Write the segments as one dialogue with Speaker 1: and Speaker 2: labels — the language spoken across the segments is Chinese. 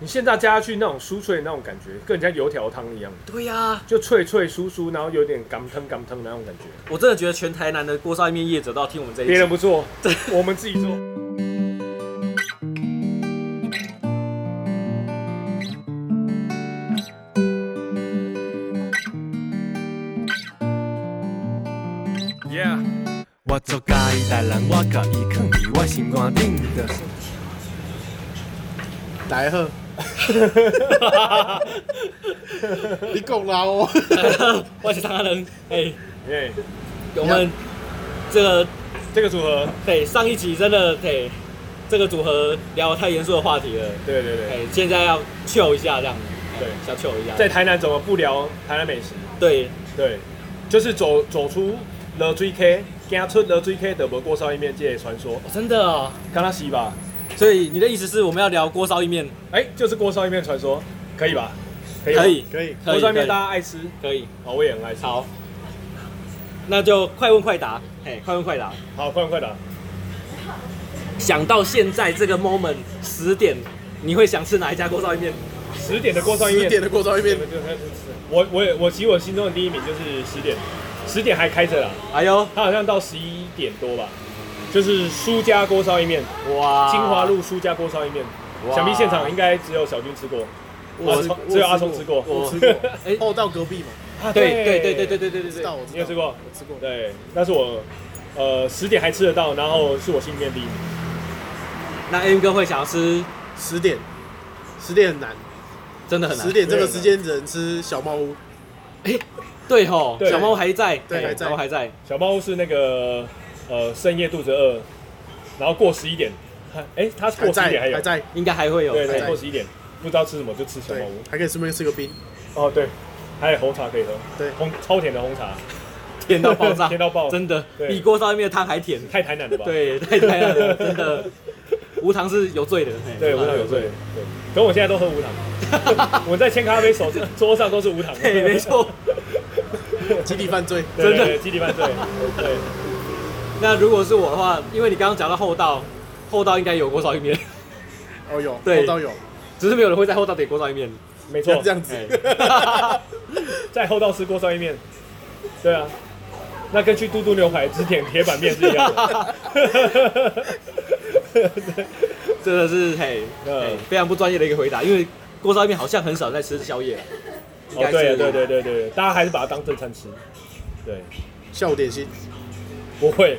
Speaker 1: 你现在加下去那种酥脆的那种感觉，跟人家油条汤一样，
Speaker 2: 对呀、
Speaker 1: 就脆脆酥酥，然后有点甘腾甘腾的那种感觉。
Speaker 2: 我真的觉得全台南的锅烧意面业者都要听我们这一
Speaker 1: 别人
Speaker 2: 集。
Speaker 1: 不做，我们自己做。Yeah，
Speaker 3: 我做介意代人，我甲伊藏伫我心肝顶的。
Speaker 4: 大家好，你讲啦哦，
Speaker 2: 我是他人，哎、
Speaker 1: 耶、
Speaker 2: 我们这个
Speaker 1: 这个组合，
Speaker 2: 对上一集真的对这个组合聊得太严肃的话题了，
Speaker 1: 对对对，
Speaker 2: 哎、现在要 chill 一下这样，哎
Speaker 1: 对
Speaker 2: 小 chill 一下，
Speaker 1: 在台南怎么不聊台南美食？
Speaker 2: 对
Speaker 1: 对，就是走走出了 JK，行出了 JK 的无锅烧意面界的传说，
Speaker 2: 哦真的哦，
Speaker 1: 看他洗吧。
Speaker 2: 所以你的意思是我们要聊锅烧意面，
Speaker 1: 哎、就是锅烧意面传说，可以吧？ 可以吧
Speaker 2: 可以
Speaker 4: 可以，
Speaker 2: 可
Speaker 1: 锅
Speaker 2: 以
Speaker 1: 烧意面
Speaker 2: 可
Speaker 1: 大
Speaker 2: 以
Speaker 1: 家爱吃，
Speaker 2: 可以，
Speaker 1: 好，我也很爱吃。
Speaker 2: 好，那就快问快答，哎、快问快答，
Speaker 1: 好，快点快点，
Speaker 2: 想到现在这个 moment 十点，你会想吃哪一家锅烧意面？
Speaker 1: 十点的锅烧意
Speaker 4: 十
Speaker 1: 面，
Speaker 4: 点的锅烧意面，
Speaker 1: 我我也我其实我心中的第一名就是十点，十点还开着啦，
Speaker 2: 哎呦，
Speaker 1: 它好像到十一点多吧。就是苏家锅烧意面，
Speaker 2: 哇，
Speaker 1: 金华路苏家锅烧意面，
Speaker 2: 啊哇
Speaker 1: 想必现场应该只有小军吃过，
Speaker 4: 我吃
Speaker 1: 啊只有阿松吃过。
Speaker 2: 我
Speaker 4: 吃过
Speaker 2: 哎
Speaker 4: 后到隔壁嘛，
Speaker 1: 啊
Speaker 2: 对对对对对对对对
Speaker 4: 知
Speaker 2: 对
Speaker 4: 道，我知道，
Speaker 1: 你有吃过
Speaker 4: 我吃过，
Speaker 1: 对，但是我呃十点还吃得到，然后是我心里面第一名。
Speaker 2: 那 M 哥会想要吃，
Speaker 4: 十点，十点很难，
Speaker 2: 真的很难。
Speaker 4: 十点这个时间只能吃小猫屋，
Speaker 2: 对吼，
Speaker 1: 对
Speaker 2: 小猫还在，哎
Speaker 4: 对还在
Speaker 2: 小猫还在，
Speaker 1: 小猫是那个呃深夜肚子饿，然后过十一点，哎、他
Speaker 4: 还
Speaker 1: 过十一点还
Speaker 4: 在，还
Speaker 1: 有，
Speaker 4: 在，
Speaker 2: 应该还会有。
Speaker 1: 对
Speaker 2: 哎
Speaker 1: 对，过十一点不知道吃什么就吃小
Speaker 4: 对
Speaker 1: 猫屋。，
Speaker 4: 还可以顺便吃个冰，
Speaker 1: 哦对，还有红茶可以喝，
Speaker 4: 对
Speaker 1: 红超甜的红茶，
Speaker 2: 甜到爆 炸，
Speaker 1: 甜到爆
Speaker 2: 真的
Speaker 1: 对
Speaker 2: 比锅烧面的汤还甜。
Speaker 1: 太台南了吧？
Speaker 2: 对，太太了，真的，无糖是有罪的。哎
Speaker 1: 对，无糖有罪。。对，可我现在都喝无 糖，我在千咖啡手桌上都是无糖的。
Speaker 2: 对，没错。
Speaker 4: 集体犯罪，
Speaker 1: 对，
Speaker 2: 真的
Speaker 1: 对对基底犯罪。对，
Speaker 2: 那如果是我的话，因为你刚刚讲到后道，后道应该有锅烧意面，
Speaker 4: 哦有，
Speaker 2: 对
Speaker 4: 后到有，
Speaker 2: 只是没有人会在后道点锅烧意面。
Speaker 1: 没错
Speaker 4: 要这。样子，
Speaker 2: 哎
Speaker 1: 在后道吃锅烧意面，对啊，那跟去嘟嘟牛排只点铁板面是一样的。
Speaker 2: 真的是嘿，
Speaker 1: 嗯
Speaker 2: 嘿非常不专业的一个回答，因为锅烧意面好像很少在吃宵夜了。 应
Speaker 1: 哦，
Speaker 2: 该
Speaker 1: 对
Speaker 2: 是
Speaker 1: 对对对对，大家还是把它当正餐吃。对，
Speaker 4: 下午点心，
Speaker 1: 不 会，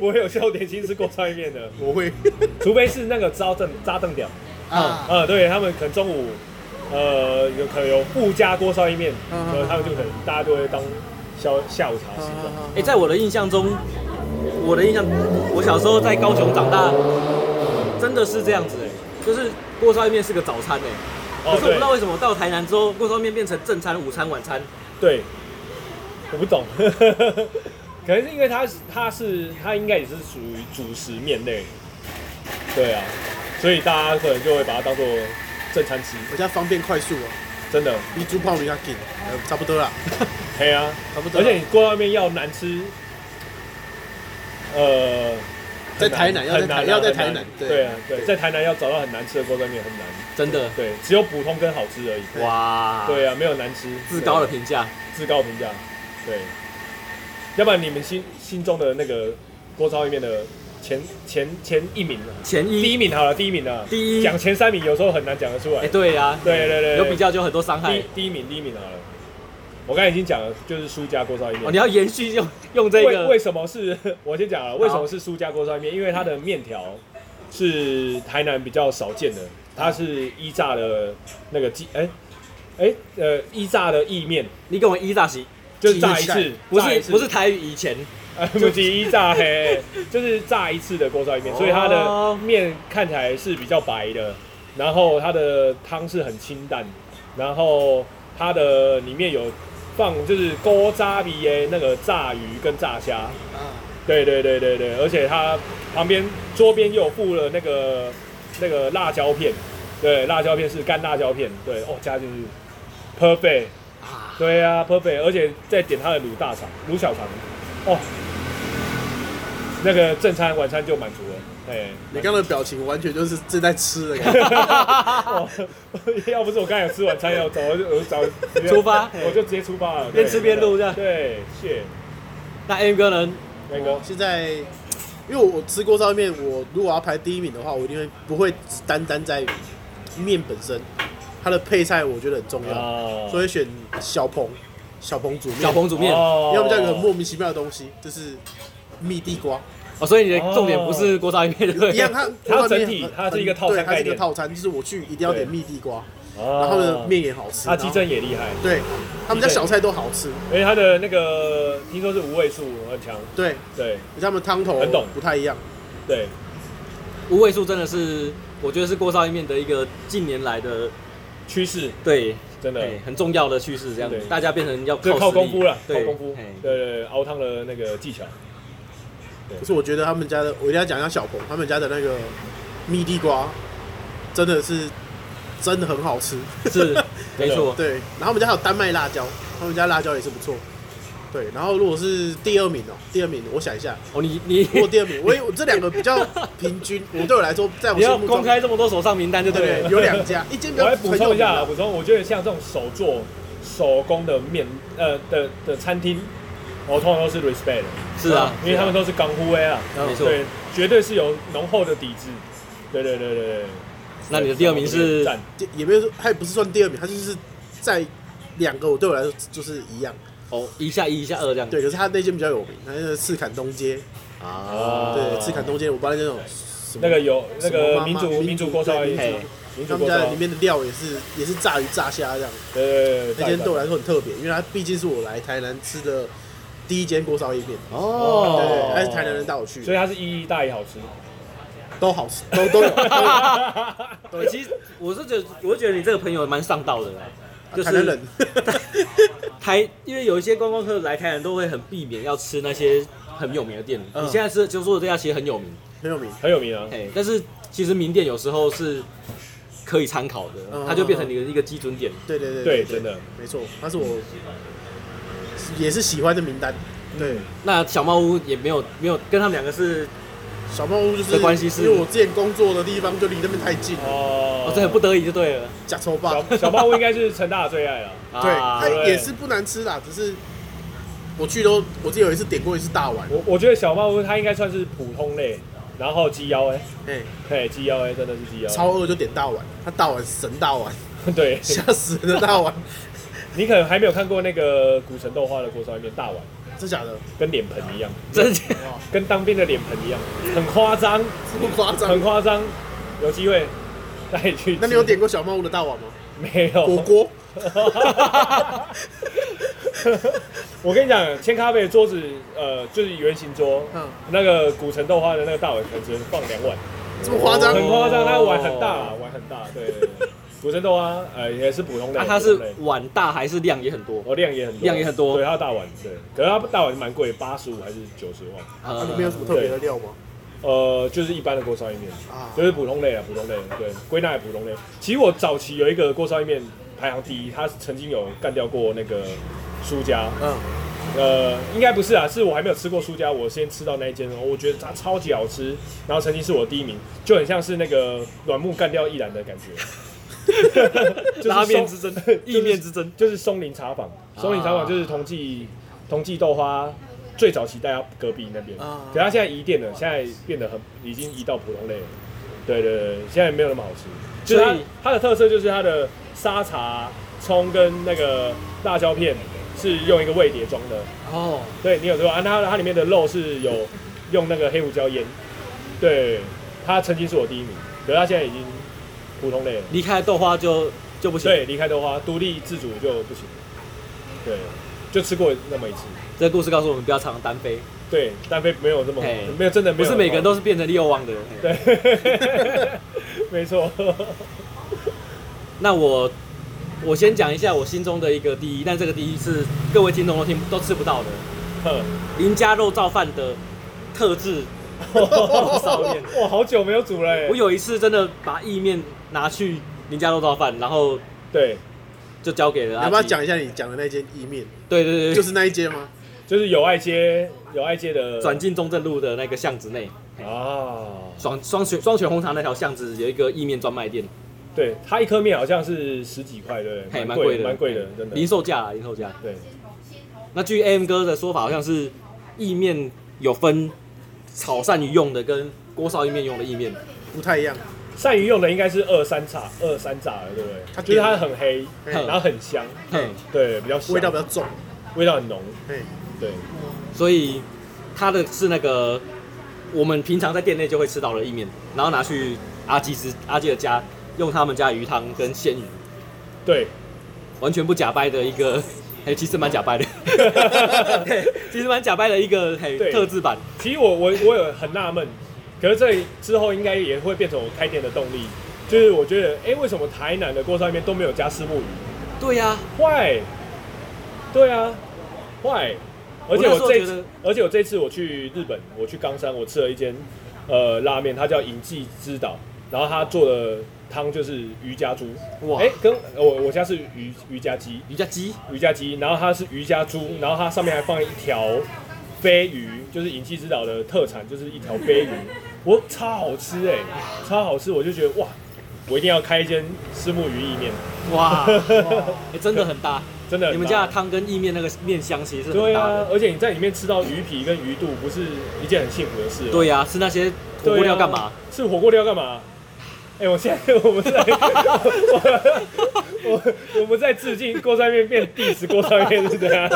Speaker 1: 不会有笑点心吃锅烧意面的，
Speaker 4: 我会
Speaker 1: 除非是那个扎凳扎凳屌。
Speaker 2: 嗯
Speaker 4: 啊，
Speaker 1: 呃，对他们可能中午，呃，有可能有附加锅烧意面，
Speaker 4: 嗯嗯
Speaker 1: 所以他们就可能大家都会当宵下午茶吃这样。
Speaker 2: 哎、在我的印象中，我的印象，我小时候在高雄长大，真的是这样子哎、就是锅烧意面是个早餐哎、
Speaker 1: 哦
Speaker 2: 可，是我不知道
Speaker 1: 对
Speaker 2: 为什么到台南之后，锅烧面变成正餐、午餐、晚餐。
Speaker 1: 对，我不懂， 可能是因为它它是它应该也是属于主食面类，对啊，所以大家可能就会把它当做正餐吃，
Speaker 4: 我家方便快速哦，
Speaker 1: 真的，
Speaker 4: 比猪泡比较紧，呃差不多啦，
Speaker 1: 嘿啊，
Speaker 4: 差不多
Speaker 1: 而
Speaker 4: 啦，
Speaker 1: 且你锅烧面要难吃，呃，
Speaker 4: 在
Speaker 1: 很难
Speaker 4: 台
Speaker 1: 很难
Speaker 4: 南要在台
Speaker 1: 啊
Speaker 4: 要在
Speaker 1: 很
Speaker 4: 台
Speaker 1: 难
Speaker 4: 南对
Speaker 1: 对啊，对，在台南要找到很难吃的锅烧面很难，
Speaker 2: 真的，
Speaker 1: 对，只有普通跟好吃而已，
Speaker 2: 哇，，
Speaker 1: 对啊，没有难吃，
Speaker 2: 自高的评价。
Speaker 1: 对自高评价，对，要不然你们心心中的那个锅烧意面的前前前一名啊，
Speaker 2: 前
Speaker 1: 第
Speaker 2: 一
Speaker 1: 一，名好了，第一名啊，
Speaker 2: 嗯第一
Speaker 1: 讲前三名有时候很难讲得出
Speaker 2: 哎、
Speaker 1: 来，
Speaker 2: 对呀、
Speaker 1: 对对对，
Speaker 2: 有比较就很多伤害
Speaker 1: 第。第一名第一名好了，我刚才已经讲了，就是苏家锅烧意面
Speaker 2: 哦，你。要延续用用这
Speaker 1: 为为
Speaker 2: 个，
Speaker 1: 什么是 我先讲啊？为什么是苏家锅烧面？因为它的面条是台南比较少见的，它是一炸的那个鸡，哎、哎、呃一炸的意面，
Speaker 2: 你跟我一大喜，
Speaker 1: 就是炸一
Speaker 4: 鸡
Speaker 1: 次，
Speaker 2: 不
Speaker 1: 炸
Speaker 2: 是
Speaker 1: 一次
Speaker 2: 不是，台语以前，
Speaker 1: 呃 不是一炸嘿，就是炸一次的锅烧意面，所以它的
Speaker 2: 哦
Speaker 1: 面看起来是比较白的，然后它的汤是很清淡，然后它的里面有放就是锅渣皮耶那个炸鱼跟炸虾。
Speaker 4: 啊，
Speaker 1: 对对对对对，而且它旁边桌边又有附了那个那个辣椒片，对，辣椒片是干辣椒片，对，哦，加进去，perfect，
Speaker 2: 啊
Speaker 1: 对啊，perfect，而且再点它的卤大肠、卤小肠，哦，那个正餐晚餐就满足了。哎，
Speaker 4: 你刚刚的表情完全就是正在吃的感觉，
Speaker 1: 我要不是我刚才有吃晚餐，要早我就我早直接
Speaker 2: 出发
Speaker 1: 我就直接出发了，
Speaker 2: 边吃边录这样
Speaker 1: 对，谢
Speaker 2: 那 M 哥呢？
Speaker 1: 那个
Speaker 2: 哦
Speaker 4: 现在因为我吃锅烧面，我如果要排第一名的话，我一定会不会只单单在面本身，它的配菜我觉得很重要，
Speaker 1: 啊
Speaker 4: 所以选小鹏小鹏煮面，
Speaker 2: 小红煮面
Speaker 1: 哦
Speaker 2: 哦
Speaker 4: 要不叫一个很莫名其妙的东西，就是蜜地瓜，
Speaker 2: 哦所以你的重点不是锅烧面对不对？
Speaker 4: 一样啊 它
Speaker 1: 它
Speaker 4: 锅烧面
Speaker 1: 整体
Speaker 4: 很
Speaker 1: 它是一个
Speaker 4: 很
Speaker 1: 套餐
Speaker 4: 对，它是一
Speaker 1: 概
Speaker 4: 个
Speaker 1: 念
Speaker 4: 套餐，就是我去一定要点蜜地瓜，
Speaker 1: 然
Speaker 4: 然后呢面也好吃，
Speaker 1: 啊，
Speaker 4: 然后
Speaker 1: 鸡胗也厉害，
Speaker 4: 对，他们家
Speaker 1: 鸡胗
Speaker 4: 小菜都好吃，
Speaker 1: 而且它的那个听说是五位数很强，
Speaker 4: 对，
Speaker 1: 对
Speaker 4: 可是他们汤头
Speaker 1: 很懂
Speaker 4: 不太一样，
Speaker 1: 对，
Speaker 2: 无尾数真的是，我觉得是锅烧意面的一个近年来的
Speaker 1: 趋势
Speaker 2: 对
Speaker 1: 真的
Speaker 2: 哎很重要的趋势，这样子
Speaker 1: 对
Speaker 2: 大家变成要
Speaker 1: 这
Speaker 2: 靠
Speaker 1: 靠
Speaker 2: 实力
Speaker 1: 功夫了，靠
Speaker 2: 对
Speaker 1: 功夫
Speaker 2: 哎，
Speaker 1: 对对，熬汤的那个技巧，
Speaker 4: 可是我觉得他们家的，我一定要讲一下小鹏，他们家的那个蜜地瓜真的是真的很好吃，
Speaker 2: 是没错，
Speaker 4: 对。然后我们家还有丹麦辣椒，他们家辣椒也是不错，对。然后如果是第二名哦、第二名我想一下，
Speaker 2: 哦你你
Speaker 4: 如果第二名，我我这两个比较平均，我对我来说，在我
Speaker 2: 你要
Speaker 4: 心目中
Speaker 2: 公开这么多手上名单就
Speaker 4: 对
Speaker 2: 对
Speaker 4: 对
Speaker 2: 了，
Speaker 4: 对，有两家，一间比
Speaker 1: 我
Speaker 4: 较
Speaker 1: 来补
Speaker 4: 很有
Speaker 1: 充一
Speaker 4: 名
Speaker 1: 下，
Speaker 4: 啊
Speaker 1: 补充，我觉得像这种手做手工的面呃的的餐厅，我通常都是 respect 的。
Speaker 2: 是啊，
Speaker 1: 因为他们都是港呼 A 啊，
Speaker 2: 没错。
Speaker 1: 对，绝对是有浓厚的底子。对对对对对。
Speaker 2: 那你的第二名是
Speaker 1: 赞
Speaker 4: 也也没有说，他也不是算第二名，他就是在两个我对我来说就是一样，
Speaker 2: 哦一下一一下二这样子
Speaker 4: 对。可是他那间比较有名，他那个赤坎东街，
Speaker 1: 啊
Speaker 4: 对，赤坎东街，我不知道那种什么
Speaker 1: 那个有那
Speaker 4: 什么妈
Speaker 1: 个
Speaker 4: 妈
Speaker 1: 民族
Speaker 4: 民
Speaker 1: 民
Speaker 4: 族
Speaker 1: 族锅烧
Speaker 4: 对
Speaker 1: 意
Speaker 2: 嘿
Speaker 1: 民
Speaker 4: 他
Speaker 1: 族
Speaker 4: 们
Speaker 1: 锅
Speaker 4: 家
Speaker 1: 烧
Speaker 4: 里，面的料也是也是炸鱼炸虾这样，
Speaker 1: 对对对，
Speaker 4: 那间对我来
Speaker 1: 说
Speaker 4: 说很特别，因为它毕竟是我来台南吃的第一间锅烧意面，对对
Speaker 2: 哦
Speaker 4: 对，还是台南人带我去
Speaker 1: 所
Speaker 4: 的，
Speaker 1: 以它是一一大一好吃。
Speaker 4: 都好吃，都都有，都有
Speaker 2: 对，呃其实我是觉得，我是觉得你这个朋友蛮上道的啦，就是
Speaker 4: 啊台南人
Speaker 2: 台，因为有一些观光客来台南都会很避免要吃那些很有名的店。
Speaker 4: 嗯
Speaker 2: 你现在吃就说的这家其实很有名，
Speaker 4: 很有名，
Speaker 1: 很有名啊，
Speaker 2: 哎，但是其实名店有时候是可以参考的，
Speaker 4: 嗯
Speaker 2: 它就变成你的一个基准点。
Speaker 4: 对对对
Speaker 1: 对，真的，
Speaker 4: 没错，他是我也是喜欢的名单，对。
Speaker 2: 那小猫屋也没有没有跟他们两个是，
Speaker 4: 小胖屋就是
Speaker 2: 的关系是
Speaker 4: 因为我之前工作的地方就离那边太近了，
Speaker 1: 哦
Speaker 2: 哦，这很不得已就对了。
Speaker 4: 假抽吧。
Speaker 1: 小小猫屋应该是陈大的最爱了。
Speaker 4: 对，
Speaker 2: 啊
Speaker 4: 它也是不难吃啦，只是我去都我记得有一次点过一次大碗，
Speaker 1: 我我觉得小猫屋它应该算是普通类，然后鸡腰哎，
Speaker 4: 哎、
Speaker 1: 嘿，鸡腰哎，真的是鸡腰，
Speaker 4: 超饿就点大碗，它大碗神大碗，
Speaker 1: 对，
Speaker 4: 吓死人的大碗，
Speaker 1: 你可能还没有看过那个古城豆花的锅烧面大碗，
Speaker 4: 真假的？
Speaker 1: 跟脸盆一样，
Speaker 2: 真的
Speaker 4: 哇，
Speaker 1: 跟当兵的脸盆一样，很夸张，
Speaker 4: 这么夸张
Speaker 1: 很？夸张。有机会带你去吃。
Speaker 4: 那你有点过小胖屋的大碗吗？
Speaker 1: 没有？
Speaker 4: 火锅，
Speaker 1: 我跟你讲，千咖啡的桌子，呃，就是圆形桌，
Speaker 4: 嗯
Speaker 1: 那个古城豆花的那个大碗，可能只能放两碗，
Speaker 4: 这么夸张？
Speaker 1: 很夸张。那个碗很大，
Speaker 2: 哦
Speaker 1: 碗很大，对对对。古城豆花，呃，也是普通的。
Speaker 2: 那啊它是
Speaker 1: 普通类
Speaker 2: 碗大还是量也很多？
Speaker 1: 哦，量也很多，
Speaker 2: 量也很多
Speaker 1: 对，它大碗，对，可是它大碗蛮贵，八十五还是九十万？
Speaker 4: 它
Speaker 2: 呃
Speaker 4: 啊里面有什么特别的料吗？
Speaker 1: 呃，就是一般的锅烧意面，
Speaker 4: 啊，
Speaker 1: 就是普通类啊，普通类，对，归纳也普通类。其实我早期有一个锅烧意面排行第一，它曾经有干掉过那个苏家，
Speaker 4: 嗯，
Speaker 1: 呃，应该不是啊，是我还没有吃过苏家，我先吃到那一间，哦，我觉得它超级好吃，然后曾经是我第一名，就很像是那个软木干掉一兰的感觉， 就是
Speaker 2: 拉面之
Speaker 1: 松
Speaker 2: 争
Speaker 1: 就是、
Speaker 2: 意面之争啊
Speaker 1: 就是松林茶坊，松林茶坊就是同济同济豆花最早期在它隔壁那边，
Speaker 4: 啊
Speaker 1: 可它现在移店了，现在变得很已经移到普通类了，对对对，现在没有那么好吃，就是它
Speaker 2: 所以
Speaker 1: 它的特色就是它的沙茶、葱跟那个辣椒片是用一个味碟装的。
Speaker 2: 哦，
Speaker 1: 对你有吃过啊？它它里面的肉是有用那个黑胡椒腌，对，它曾经是我第一名，可是它现在已经普通类了。
Speaker 2: 离开豆花就就不行。
Speaker 1: 对，离开豆花，独立自主就不行。对，就吃过那么一次。
Speaker 2: 这个故事告诉我们不要常常单飞，
Speaker 1: 对，单飞没有这么好
Speaker 2: 嘿
Speaker 1: 没有真的没
Speaker 2: 不
Speaker 1: 有。
Speaker 2: 是每个人都是变成利诱王的。
Speaker 1: 对，没错。
Speaker 2: 那我我先讲一下我心中的一个第一，但这个第一是各位听众都听都吃不到的
Speaker 1: 哼
Speaker 2: 林家肉燥饭的特制烧面。
Speaker 1: 哇，好久没有煮了欸。
Speaker 2: 我有一次真的把意面拿去林家肉燥饭，然后
Speaker 1: 对，
Speaker 2: 就交给了
Speaker 4: 你
Speaker 2: 阿
Speaker 4: 要不要
Speaker 2: 吉
Speaker 4: 讲一下你讲的那间意面？
Speaker 2: 对对对，
Speaker 4: 就
Speaker 2: 就是
Speaker 4: 那一间吗？
Speaker 1: 就是友爱街友爱街的
Speaker 2: 转进中正路的那个巷子内，
Speaker 1: 啊，
Speaker 2: 双双雪双雪红茶那条巷子有一个意面专卖店，
Speaker 1: 对，它一颗面好像是十几块，对不
Speaker 2: 嘿
Speaker 1: 对，
Speaker 2: 蛮贵
Speaker 1: 贵
Speaker 2: 的
Speaker 1: 蛮贵的，真
Speaker 2: 零
Speaker 1: 的。
Speaker 2: 售价啊零售价。
Speaker 1: 对，
Speaker 2: 那据 M 哥的说法，好像是意面有分炒鳝鱼用的跟锅烧意面用的意面，
Speaker 4: 不太一样。
Speaker 1: 鳝鱼用的应该是二三炸，二三炸的，对不对？
Speaker 4: 它
Speaker 1: 就是它
Speaker 4: 甜
Speaker 1: 很黑，
Speaker 4: 嘿
Speaker 1: 然后很香，
Speaker 2: 哼，
Speaker 1: 对，比较香
Speaker 4: 味道比较重，
Speaker 1: 味道很浓，
Speaker 4: 嘿，
Speaker 1: 对，
Speaker 2: 所以它的是那个我们平常在店内就会吃到的意面，然后拿去阿基之阿基的家，用他们家的鱼汤跟鲜鱼，
Speaker 1: 对，
Speaker 2: 完全不假掰的一个，哎、其实蛮假 掰的，嘿其实蛮假掰的一个嘿
Speaker 1: 对
Speaker 2: 特制版，
Speaker 1: 其实我我我有很纳闷，可是这之后应该也会变成我开店的动力，就是我觉得，哎、为什么台南的锅烧面都没有加虱目鱼
Speaker 2: 对呀、
Speaker 1: ？Why？对啊，Why？而且
Speaker 2: 我那
Speaker 1: 我
Speaker 2: 时候
Speaker 1: 这
Speaker 2: 觉得
Speaker 1: 次，而且我这次我去日本，我去冈山，我吃了一间呃拉面，它叫隐记之岛，然后它做的汤就是鱼加猪，
Speaker 2: 哇
Speaker 1: 哎、跟我我家是鱼鱼加鸡，
Speaker 2: 鱼加鸡，
Speaker 1: 瑜伽鸡，然后它是瑜伽猪，然后它上面还放一条飞鱼，就是隐记之岛的特产，就是一条飞鱼，我超好吃哎、超好吃，我就觉得哇，我一定要开一间虱目鱼意面，
Speaker 2: 哇，哎真的很大，
Speaker 1: 真的很大。
Speaker 2: 你们家的汤跟意面那个面香其实是很
Speaker 1: 对
Speaker 2: 大
Speaker 1: 啊
Speaker 2: 的，，
Speaker 1: 而且你在里面吃到鱼皮跟鱼肚，不是一件很幸福的事吗。
Speaker 2: 对呀、吃那些火
Speaker 1: 对啊，
Speaker 2: 锅料干嘛？
Speaker 1: 吃火锅料干嘛？哎、我现在我们在我我我们在致敬锅烧面变 diss 锅烧面是怎样？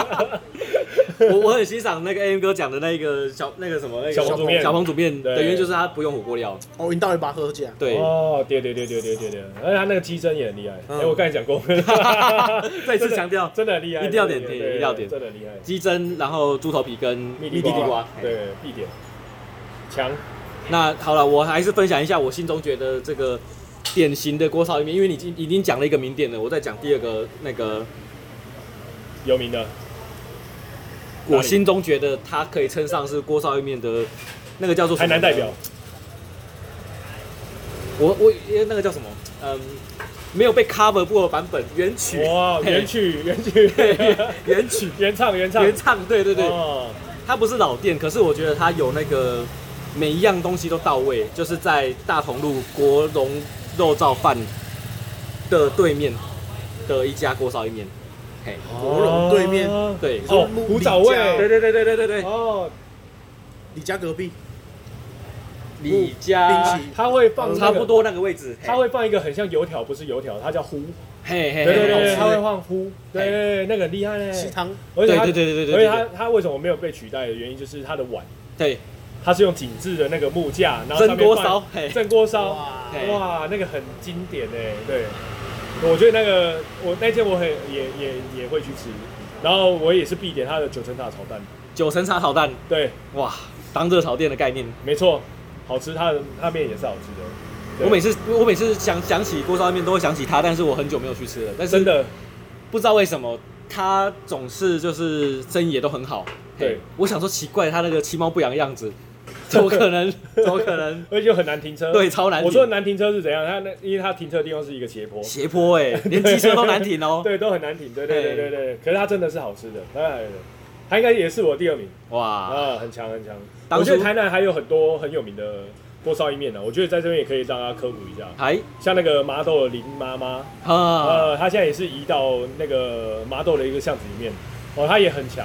Speaker 2: 我我很欣赏那个 AM 哥讲的那个小那个什么那个
Speaker 1: 啊小
Speaker 4: 红
Speaker 1: 煮面
Speaker 2: 小红煮面的
Speaker 1: 对
Speaker 2: 原因就是它不用火锅料，
Speaker 4: 哦，你到底把它喝起来？
Speaker 2: 对，
Speaker 1: 哦，对对对对对对对，而且他那个鸡胗也很厉害。哎、
Speaker 2: 嗯
Speaker 1: 我刚才讲过，
Speaker 2: 再次强调
Speaker 1: 真的真的很厉害，
Speaker 2: 一定要
Speaker 1: 真
Speaker 2: 点
Speaker 1: 的很
Speaker 2: 对
Speaker 1: 厉害
Speaker 2: 一定要点
Speaker 1: 真的很厉害。
Speaker 2: 鸡胗，然后猪头皮跟蜜
Speaker 1: 地
Speaker 2: 地瓜。
Speaker 1: 对，必点，强，
Speaker 2: 那好了，我还是分享一下我心中觉得这个典型的锅烧意面，因为你已经已经讲了一个名店了，我再讲第二个那个
Speaker 1: 有名的
Speaker 2: 我心中觉得它可以称上是锅烧意面的那个叫做什
Speaker 1: 台
Speaker 2: 么
Speaker 1: 南代表，
Speaker 2: 我我那个叫什么？嗯，没有被 cover 过的版本原曲
Speaker 1: 哇，
Speaker 2: 嘿
Speaker 1: 原曲原曲
Speaker 2: 对原曲
Speaker 1: 原唱原唱
Speaker 2: 原唱，对对对，
Speaker 1: 哦
Speaker 2: 它不是老店，可是我觉得它有那个每一样东西都到位，就是在大同路国荣肉燥饭的对面的一家锅烧意面。嘿，
Speaker 4: 国荣对面
Speaker 1: 哦
Speaker 2: 对，
Speaker 1: 哦古早味
Speaker 2: 对对对对对对对，
Speaker 1: 哦，
Speaker 4: 李家隔壁，
Speaker 2: 李家
Speaker 4: 冰淇
Speaker 1: 他会放那个
Speaker 2: 嗯差不，多那个位置，
Speaker 1: 他会放一个很像油条，不是油条，它叫糊，
Speaker 2: 嘿嘿
Speaker 1: 对对对，
Speaker 2: 嘿，
Speaker 1: 他
Speaker 2: 好吃
Speaker 1: 会放糊，对对对，那个很厉害嘞，
Speaker 4: 西汤
Speaker 1: 而且它
Speaker 2: 哎对对对对对
Speaker 1: 而
Speaker 2: 对
Speaker 1: 且它它为什么没有被取代的原因就是它的碗，
Speaker 2: 对，
Speaker 1: 它是用紧致的那个木架，然后上
Speaker 2: 蒸
Speaker 1: 面
Speaker 2: 锅
Speaker 1: 放
Speaker 2: 烧，嘿，
Speaker 1: 蒸锅烧，
Speaker 4: 哇
Speaker 2: 嘿
Speaker 1: 哇，那个很经典哎，对，我觉得那个我那天我很也也也会去吃，然后我也是必点它的九层塔炒蛋，
Speaker 2: 九层茶炒蛋，
Speaker 1: 对，
Speaker 2: 哇，当热炒店的概念。
Speaker 1: 没错，好吃，它的它面也是好吃的，对
Speaker 2: 我每次我每次想想起锅烧面都会想起它，但是我很久没有去吃了，但是
Speaker 1: 真的
Speaker 2: 不知道为什么他总是就是生意也都很好。
Speaker 1: 对
Speaker 2: 嘿，我想说奇怪，他那个其貌不扬的样子，怎么可 能？怎么可能？
Speaker 1: 而且又很难停车，
Speaker 2: 对，，超难停。
Speaker 1: 我说的难停车是怎样？它那因为它停车的地方是一个斜坡，
Speaker 2: 斜坡 哎、连机车都难停哦、
Speaker 1: 对，都很难停，对对对
Speaker 2: 嘿
Speaker 1: 对对，可是它真的是好吃的，当然了，它应该也是我第二名。
Speaker 2: 哇，
Speaker 1: 啊，很强很强。
Speaker 2: 当
Speaker 1: 我
Speaker 2: 初
Speaker 1: 觉得台南还有很多很有名的锅烧意面啊呢、我觉得在这边也可以让大家科普一下，
Speaker 2: 还
Speaker 1: 像那个麻豆的林妈妈，
Speaker 2: 啊，
Speaker 1: 呃，她现在也是移到那个麻豆的一个巷子里面，哦，她也很强。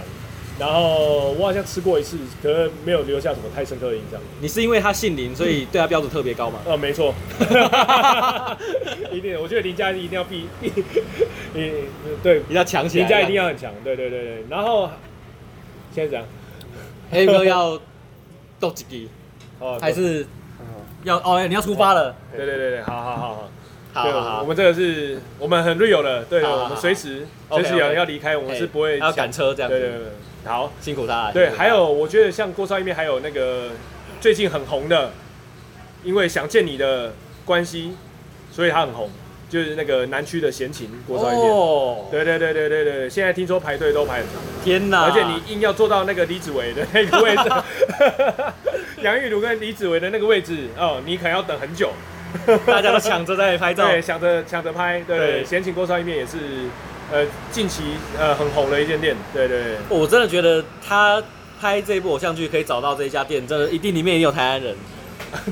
Speaker 1: 然后我好像吃过一次，可是没有留下什么太深刻的印象。
Speaker 2: 你是因为他姓林，所以对他标准特别高嘛？
Speaker 1: 呃，没错， 一定，我觉得林家一定要必必，你对，
Speaker 2: 比较强起来。
Speaker 1: 林家一定要很强，对对对对。然后现在怎样？
Speaker 2: 黑哥要斗几 滴，
Speaker 1: 哦，
Speaker 2: 还是要哦、哎你要出发了？
Speaker 1: 对对对对，好好好好。
Speaker 2: 好
Speaker 1: 对，
Speaker 2: 好好
Speaker 1: 我，们这个是我们很 real 的，对，
Speaker 2: 好好
Speaker 1: 我们随时
Speaker 2: 好
Speaker 1: 随时要
Speaker 2: OK，OK
Speaker 1: 要离开，我
Speaker 2: 我
Speaker 1: 们是不会
Speaker 2: 要
Speaker 1: 想
Speaker 2: 赶车这样
Speaker 1: 对
Speaker 2: 子，
Speaker 1: 对对，对好，
Speaker 2: 辛苦他了。
Speaker 1: 对，
Speaker 2: 辛苦他
Speaker 1: 还有我觉得像锅烧意面，还有那个最近很红的，因为想见你的关系，所以它很红，就是那个南区的闲情锅烧意面。
Speaker 2: 哦，
Speaker 1: 对对对对对对，现在听说排队都排很长，
Speaker 2: 天哪！
Speaker 1: 而且你硬要坐到那个李子维的那个位 置，杨玉茹跟李子维的那个位置哦，你可能要等很久。
Speaker 2: 大家都抢着在拍照，
Speaker 1: 对，想着想着拍，对，
Speaker 2: 对
Speaker 1: 闲情锅烧意面也是呃，近期呃很红的一间店，对对对，
Speaker 2: 哦我真的觉得他拍这部偶像剧可以找到这一家店，真的一定里面也有台湾人。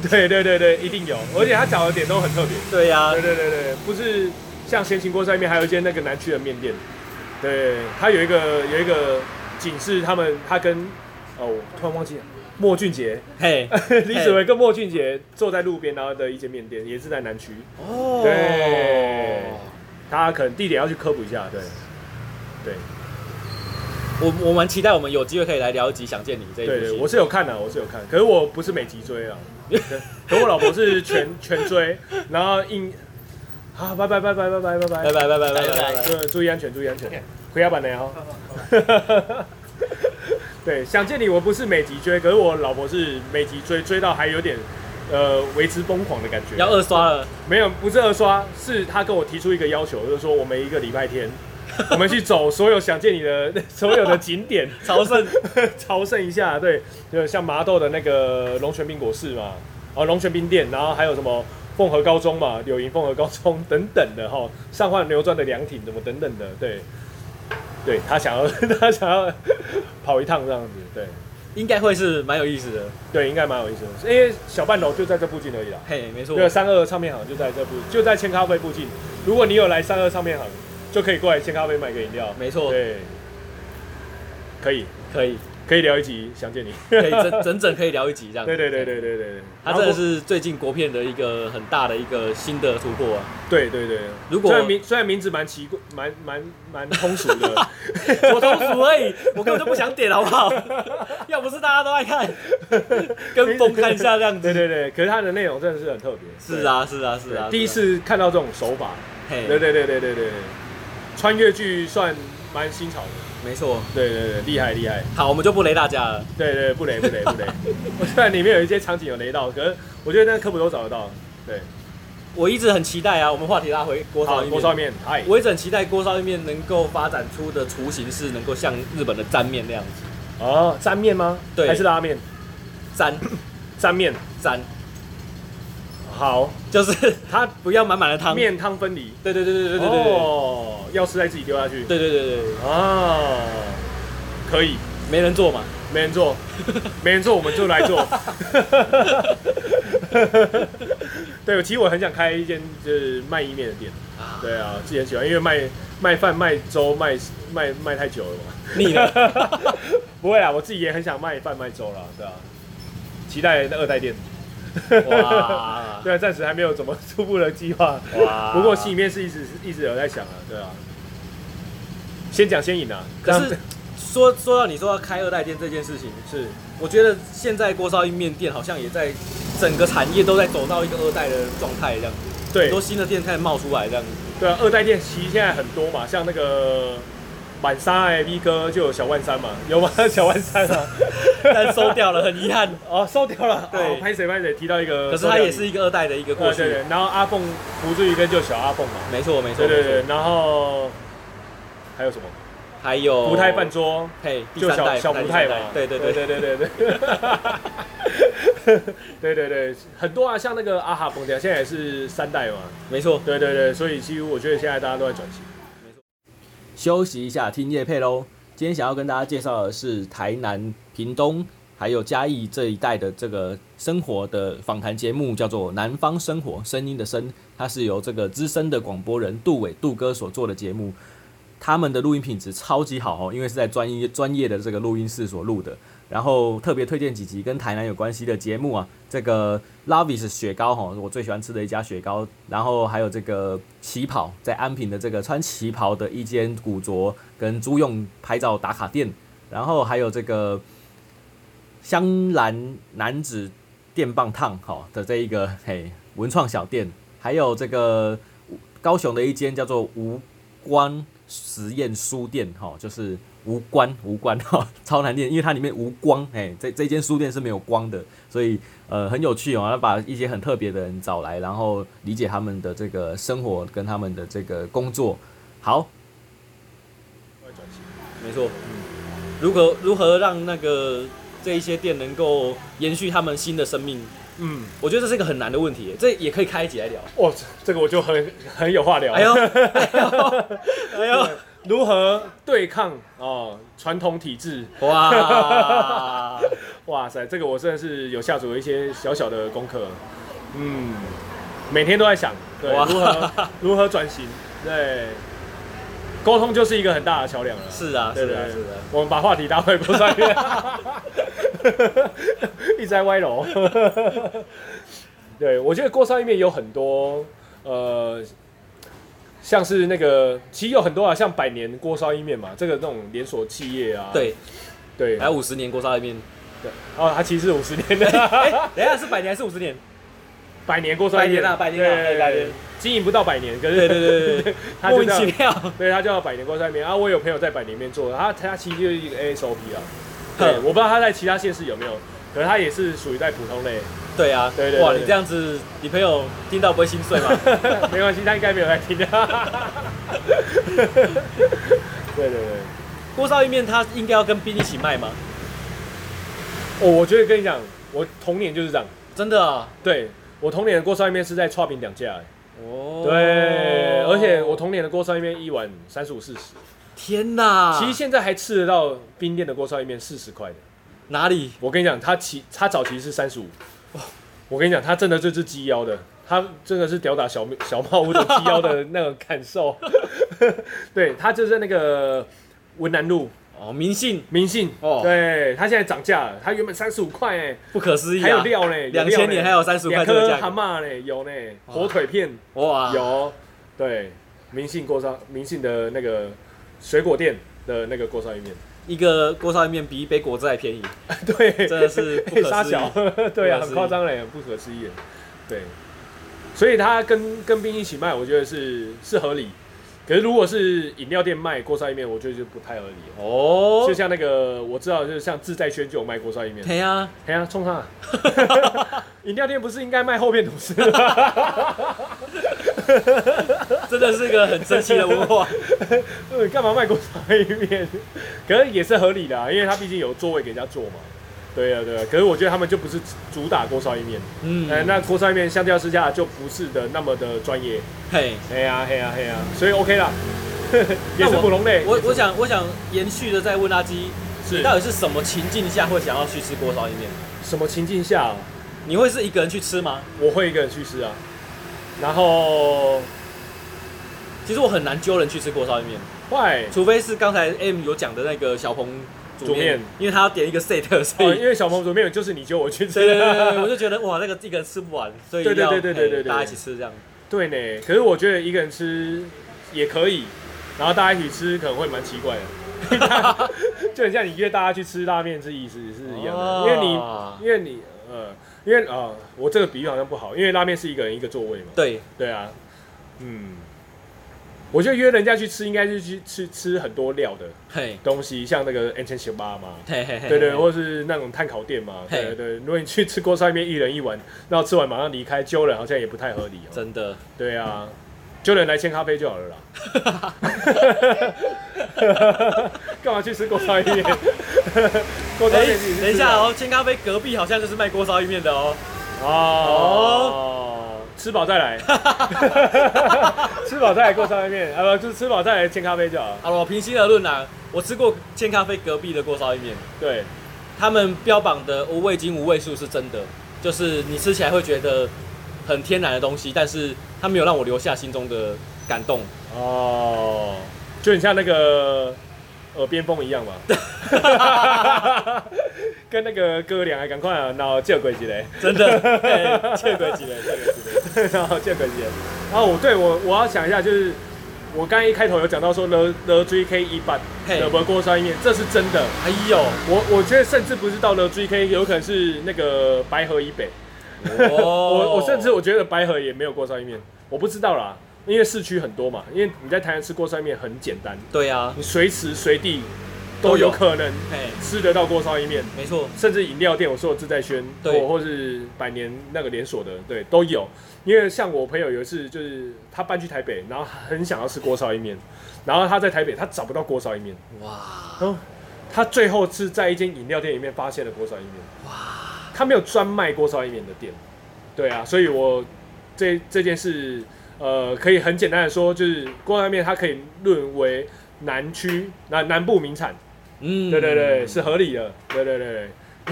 Speaker 1: 对对对对，一定有，而且他找的点都很特别。
Speaker 2: 对呀、
Speaker 1: 对对对对，不是像咸情锅上面还有一间那个南区的面店，对，它有一个有一个警示他们，他跟哦，我突然忘记了，莫俊杰，
Speaker 2: 嘿，
Speaker 1: 李子维跟莫俊杰坐在路边，然后的一间面店，也是在南区，
Speaker 2: 哦
Speaker 1: 对，他可能地点要去科普一下，对，对
Speaker 2: 我我蛮期待我们有机会可以来聊一集《想见你》这一部
Speaker 1: 对
Speaker 2: 戏。
Speaker 1: 对，我是有看的、啊我是有看，可是我不是每集追啊，对可我老婆是全全追，然后硬啊，拜拜拜拜拜拜拜拜
Speaker 2: 拜拜拜拜拜
Speaker 5: 拜拜
Speaker 2: 拜拜。
Speaker 1: 注注意安全，注意安全，回家版的哦。对，想见你，我不是每集追，可是我老婆是每集追，追到还有点呃为之疯狂的感觉。
Speaker 2: 要二刷了，
Speaker 1: 没有，不是二刷，是她跟我提出一个要求，就是说我们一个礼拜 天，我们去走所有想见你的 所有的景点，
Speaker 2: 朝圣
Speaker 1: 朝圣一下。对，就像麻豆的那个龙泉冰果室嘛，哦，龙泉冰店，然后还有什么凤和高中嘛，柳营凤和高中等等的哈，上换流转的凉亭怎么等等的，对，对他想要 他想要跑一趟这样子，对
Speaker 2: 应该会是蛮有意思的。
Speaker 1: 对，应该蛮有意思的，因为小半楼就在这附近而已啦。
Speaker 2: 嘿，没错
Speaker 1: 对，。三二唱片行就在这附，就在千咖啡附近。如果你有来三二唱片行，就可以过来千咖啡买个饮料。
Speaker 2: 没错
Speaker 1: 对，可以，
Speaker 2: 可以，
Speaker 1: 可以聊一集，想见你。
Speaker 2: 可以整 整整可以聊一集这 样。
Speaker 1: 对对对对对对对，
Speaker 2: 它真的是最近国片的一个很大的一个新的突破、啊，
Speaker 1: 对对对。
Speaker 2: 如果
Speaker 1: 虽然名虽然名字蛮奇怪，蛮蛮蛮通俗 的，
Speaker 2: 我同俗而已，我根本就不想点，好不好？要不是大家都爱看，跟风看一下这样
Speaker 1: 对
Speaker 2: 子。
Speaker 1: 对对。可是它的内容真的是很特别。
Speaker 2: 是啊，是啊，是
Speaker 1: 对，
Speaker 2: 啊。
Speaker 1: 第一次看到这种手法。
Speaker 2: 嘿，
Speaker 1: 对对对对对对对，穿越剧算蛮新潮的。
Speaker 2: 没错。
Speaker 1: 对对对，厉害厉害。
Speaker 2: 好，我们就不雷大家了。
Speaker 1: 对对，不雷不雷不 雷。我虽然里面有一些场景有雷到，可是我觉得那个科普都找得到。对，
Speaker 2: 我一直很期待啊，我们话题拉回锅烧
Speaker 1: 好，
Speaker 2: 意
Speaker 1: 锅烧
Speaker 2: 面。
Speaker 1: 面，嗨，
Speaker 2: 我一直很期待锅烧意面能够发展出的雏形是能够像日本的沾面那样子，
Speaker 1: 哦，沾面吗？
Speaker 2: 对
Speaker 1: 还是拉面？
Speaker 2: 沾
Speaker 1: 沾面，
Speaker 2: 沾，
Speaker 1: 好，
Speaker 2: 就是
Speaker 1: 它
Speaker 2: 不要满满的汤。
Speaker 1: 面汤分离。
Speaker 2: 对对对对对对对对
Speaker 1: 哦，钥匙再自己丢下去。
Speaker 2: 对对对对，
Speaker 1: 哦，可以，
Speaker 2: 没人做嘛。
Speaker 1: 没人 做，没人做，我们就来做。对，其实我很想开一间就是卖意面的店。
Speaker 2: 啊，
Speaker 1: 对啊，自己很喜欢，因为卖卖饭、卖粥、卖卖卖太久了嘛。
Speaker 2: 腻了。
Speaker 1: 不会啊，我自己也很想卖饭卖粥啦，对啊，期待二代店。
Speaker 2: 哇
Speaker 1: 对啊，暂时还没有怎么初步的计划，
Speaker 2: 哇
Speaker 1: 不过心里面是一直一直有在想啊，对啊。先讲先赢啊，
Speaker 2: 可
Speaker 1: 这
Speaker 2: 是
Speaker 1: 样
Speaker 2: 说说到你说要开二代店这件事情，
Speaker 1: 是
Speaker 2: 我觉得现在锅烧意面店好像也在整个产业都在走到一个二代的状态这样子，很
Speaker 1: 对
Speaker 2: 多新的店开始冒出来这样子。
Speaker 1: 对啊，二代店其实现在很多嘛，像那个板沙哎 V 哥就有小万山嘛，有 吗？小万山啊，
Speaker 2: 但收掉了，很遗憾。
Speaker 1: 哦，收掉了，
Speaker 2: 对
Speaker 1: 哦拍谁拍谁提到一个
Speaker 2: 可是
Speaker 1: 收掉
Speaker 2: 它
Speaker 1: 你，
Speaker 2: 也是一个二代的一个过
Speaker 1: 呃
Speaker 2: 去
Speaker 1: 对。对，然后阿凤胡志宇跟就小阿凤嘛，
Speaker 2: 没错，没错，
Speaker 1: 对对对
Speaker 2: 没错，，
Speaker 1: 然后还有什么？
Speaker 2: 还有
Speaker 1: 福泰饭，桌，
Speaker 2: 嘿，哦第
Speaker 1: 就
Speaker 2: 三
Speaker 1: 小
Speaker 2: 代
Speaker 1: 小
Speaker 2: 福
Speaker 1: 福
Speaker 2: 第
Speaker 1: 泰
Speaker 2: 三代
Speaker 1: 嘛，
Speaker 2: 对对对
Speaker 1: 对
Speaker 2: 对，
Speaker 1: 对对对， 对对对，很多啊，像那个阿哈蹦迪现在也是三代嘛，
Speaker 2: 没错。
Speaker 1: 对对对，所以几乎我觉得现在大家都在转型。
Speaker 2: 休息一下，听夜配喽。今天想要跟大家介绍的是台南、屏东还有嘉义这一带的这个生活的访谈节目，叫做《南方生活》，声音的声，它是由这个资深的广播人杜伟杜哥所做的节目。他们的录音品质超级好哦，因为是在专业专业的这个录音室所录的。然后特别推荐几集跟台南有关系的节目啊，这个 Lavis 雪糕哈，我最喜欢吃的一家雪糕，然后还有这个旗袍，在安平的这个穿旗袍的一间古着跟租用拍照打卡店，然后还有这个香兰男子电棒烫好的这一个嘿文创小店，还有这个高雄的一间叫做无关实验书店，哈、就是无关无关哈、 超难念，因为它里面无光，哎、这这间书店是没有光的，所以呃很有趣哦，要把一些很特别的人找来，然后理解他们的这个生活跟他们的这个工作。好，
Speaker 1: 都在转型
Speaker 2: 没错，如何如何让那个这一些店能够延续他们新的生命，
Speaker 1: 嗯，哦
Speaker 2: 我觉得这是一个很难的问题，这也可以开一集来聊。
Speaker 1: 哇，这这个我就很很有话聊。
Speaker 2: 哎呦，哎呦，哎呦，
Speaker 1: 如何对抗哦传统体制？
Speaker 2: 哇，
Speaker 1: 哇塞，这个我真的是有下足一些小小的功课，嗯，每天都在想，对，
Speaker 2: 哇
Speaker 1: 如何 如何转型，对，沟通就是一个很大的桥梁了。
Speaker 2: 是啊，
Speaker 1: 对
Speaker 2: 是
Speaker 1: 对
Speaker 2: 啊，
Speaker 1: 对
Speaker 2: 是啊。
Speaker 1: 我们把话题打回国上 面，一直在歪楼。 对，我觉得锅烧意面有很多，呃，像是那个，其实有很多啊，像百年锅烧意面嘛，这个那种连锁企业啊，
Speaker 2: 对，
Speaker 1: 对，
Speaker 2: 还有五十年锅烧意面，
Speaker 1: 对哦，它其实是五十年
Speaker 2: 哎、
Speaker 1: 的，
Speaker 2: 等一下是百年还是五十年？
Speaker 1: 百年锅烧意面
Speaker 2: 百年啊百年啊
Speaker 1: 对
Speaker 2: 对百年
Speaker 1: 经营不到百年，可是
Speaker 2: 对 对对对对，
Speaker 1: 它
Speaker 2: 莫
Speaker 1: 就
Speaker 2: 名
Speaker 1: 叫
Speaker 2: 其 妙。
Speaker 1: 对，它叫百年锅烧意面啊。我有朋友在百年面做的，他他其实就是一个 SOP 啊。对，
Speaker 2: 哼
Speaker 1: 我不知道他在其他县市有没有，可是他也是属于在普通类，
Speaker 2: 对啊，
Speaker 1: 对对对
Speaker 2: 哇，
Speaker 1: 对
Speaker 2: 你这样子，你朋友听到不会心碎 吗？
Speaker 1: 没关系，他应该没有在听的。 对对对，
Speaker 2: 锅烧意面它应该要跟冰一起卖吗？
Speaker 1: 哦，我觉得跟你讲，我童年就是这样。
Speaker 2: 真的啊，
Speaker 1: 对我童年的锅烧意面是在串饼两价、欸，
Speaker 2: 哦
Speaker 1: 对，而且我童年的锅烧意面一碗三十五四十，
Speaker 2: 天哪，
Speaker 1: 其实现在还吃得到冰店的锅烧意面四十块的。
Speaker 2: 哪里？
Speaker 1: 我跟你讲，他起他早期是三十五，我跟你讲，他真的就是鸡腰的，他真的是吊打小小猫屋的鸡腰的那种感受。 对他就在那个文南路
Speaker 2: 哦，明信
Speaker 1: 民信，
Speaker 2: 哦
Speaker 1: 对他现在涨价了，他原本三十五块哎，
Speaker 2: 不可思议啊！
Speaker 1: 还有料嘞，有料嘞
Speaker 2: 2000年还有35块这个价格啊
Speaker 1: 两颗蛤蟆嘞，有嘞，火腿片
Speaker 2: 哇，
Speaker 1: 有，对，民信锅烧民信的那个水果店的那个锅烧意面，
Speaker 2: 一个锅烧意面比一杯果汁还便 宜，
Speaker 1: 对，
Speaker 2: 真的是 不可
Speaker 1: 沙
Speaker 2: 思议
Speaker 1: 小， 对啊，
Speaker 2: 不可思
Speaker 1: 很
Speaker 2: 议
Speaker 1: 夸张嘞，很不可思议耶，对，所以他跟跟冰一起卖，我觉得是是合理。可是如果是饮料店卖锅烧意面，我觉得就不太合理了。
Speaker 2: 哦
Speaker 1: 就。像那个我知道，就是像自在轩就有卖锅烧意面，
Speaker 2: 对啊，
Speaker 1: 哎呀，冲他！ 饮料店不是应该卖厚片吐司吗？
Speaker 2: 真的是一个很神奇的文 化。
Speaker 1: 呃干嘛卖锅烧意面？可是也是合理的、啊，因为他毕竟有座位给人家坐嘛。对啊，对啊。可是我觉得他们就不是主打锅烧意面，
Speaker 2: 嗯，
Speaker 1: 哎、那锅烧意面相较之下就不是的那么的专业。
Speaker 2: 嘿，
Speaker 1: 嘿呀、嘿呀、啊嘿呀、所以 OK 啦，也
Speaker 2: 那
Speaker 1: 是
Speaker 2: 我
Speaker 1: 普通类。
Speaker 2: 我我想我想延续的再问阿基，
Speaker 1: 是
Speaker 2: 你到底是什么情境下会想要去吃锅烧意面？
Speaker 1: 什么情境下
Speaker 2: 你会是一个人去吃吗？
Speaker 1: 我会一个人去吃啊？然后，
Speaker 2: 其实我很难揪人去吃锅烧意面，
Speaker 1: 坏
Speaker 2: 除非是刚才 M 有讲的那个小鹏煮
Speaker 1: 煮面
Speaker 2: 面，因为他要点一个 set，所
Speaker 1: 哦，
Speaker 2: 以
Speaker 1: 因为小鹏煮面就是你揪我去吃，
Speaker 2: 对对对对对，我就觉得哇，那个一个人吃不完，所以
Speaker 1: 对对
Speaker 2: 要
Speaker 1: 对对对
Speaker 2: 嘿
Speaker 1: 对对对
Speaker 2: 大家一起吃这样。
Speaker 1: 对呢，可是我觉得一个人吃也可以，然后大家一起吃可能会蛮奇怪 的，就很像你约大家去吃拉面这意思是一样的，
Speaker 2: 哦
Speaker 1: 因为你因为你呃，因为啊、呃我这个比喻好像不好，因为拉面是一个人一个座位嘛，
Speaker 2: 对，
Speaker 1: 对啊，嗯，我觉得约人家去吃应该是去吃吃很多料的
Speaker 2: 嘿，
Speaker 1: 东西，像那个 a n c h e n s 嘛。
Speaker 2: 嘿嘿嘿，
Speaker 1: 对对，
Speaker 2: 嘿
Speaker 1: 或是那种碳烤店嘛，
Speaker 2: 嘿
Speaker 1: 对对。如果你去吃锅烧面，一人一碗，然后吃完马上离开，揪人好像也不太合理哦。
Speaker 2: 真的，
Speaker 1: 对啊，就人来签咖啡就好 了啦。 干嘛去吃锅烧意 面？锅烧
Speaker 2: 哎
Speaker 1: 意面自己去吃啊
Speaker 2: 等一下哦，千咖啡隔壁好像就是卖锅烧意面的哦。
Speaker 1: 哦，吃饱再来， 吃饱再来锅烧意面，啊不，就是吃饱再来签咖啡就好了。
Speaker 2: 好了，我平心而论啦，我吃过千咖啡隔壁的锅烧意面，
Speaker 1: 对，
Speaker 2: 他们标榜的无味精无味素是真的，就是你吃起来会觉得很天然的东西，但是它没有让我留下心中的感动。
Speaker 1: 哦，就很像那个耳边风一样 嘛，跟那个哥俩，赶快啊，脑借鬼起来。
Speaker 2: 真的，嘿切鬼几人，切鬼几人。
Speaker 1: 然后见鬼节。啊，我对我我要想一下，就是我刚才一开头有讲到说了了 G K 一版
Speaker 2: 嘿
Speaker 1: 的锅烧意面，这是真的。
Speaker 2: 哎呦，
Speaker 1: 我我觉得甚至不是到了 G K，有可能是那个白河以北。
Speaker 2: 哦
Speaker 1: 我我甚至我觉得白河也没有锅烧意面，我不知道啦，因为市区很多嘛，因为你在台南吃锅烧意面很简单，
Speaker 2: 对啊，
Speaker 1: 你随时随地
Speaker 2: 都
Speaker 1: 都
Speaker 2: 有
Speaker 1: 有可能
Speaker 2: 嘿，
Speaker 1: 吃得到锅烧意面。
Speaker 2: 没错，
Speaker 1: 甚至饮料店，我说的自在轩，
Speaker 2: 对
Speaker 1: 或或是百年那个连锁的，对，都有。因为像我朋友有一次，就是他搬去台北，然后很想要吃锅烧意面，然后他在台北他找不到锅烧意面，
Speaker 2: 哇，
Speaker 1: 然后他最后是在一间饮料店里面发现了锅烧意面。哇！他没有专卖锅烧意面的店，对啊，所以我这这件事，呃，可以很简单的说，就是锅烧意面它可以论为南区南南部名产，
Speaker 2: 嗯，
Speaker 1: 对对对，是合理的，对对对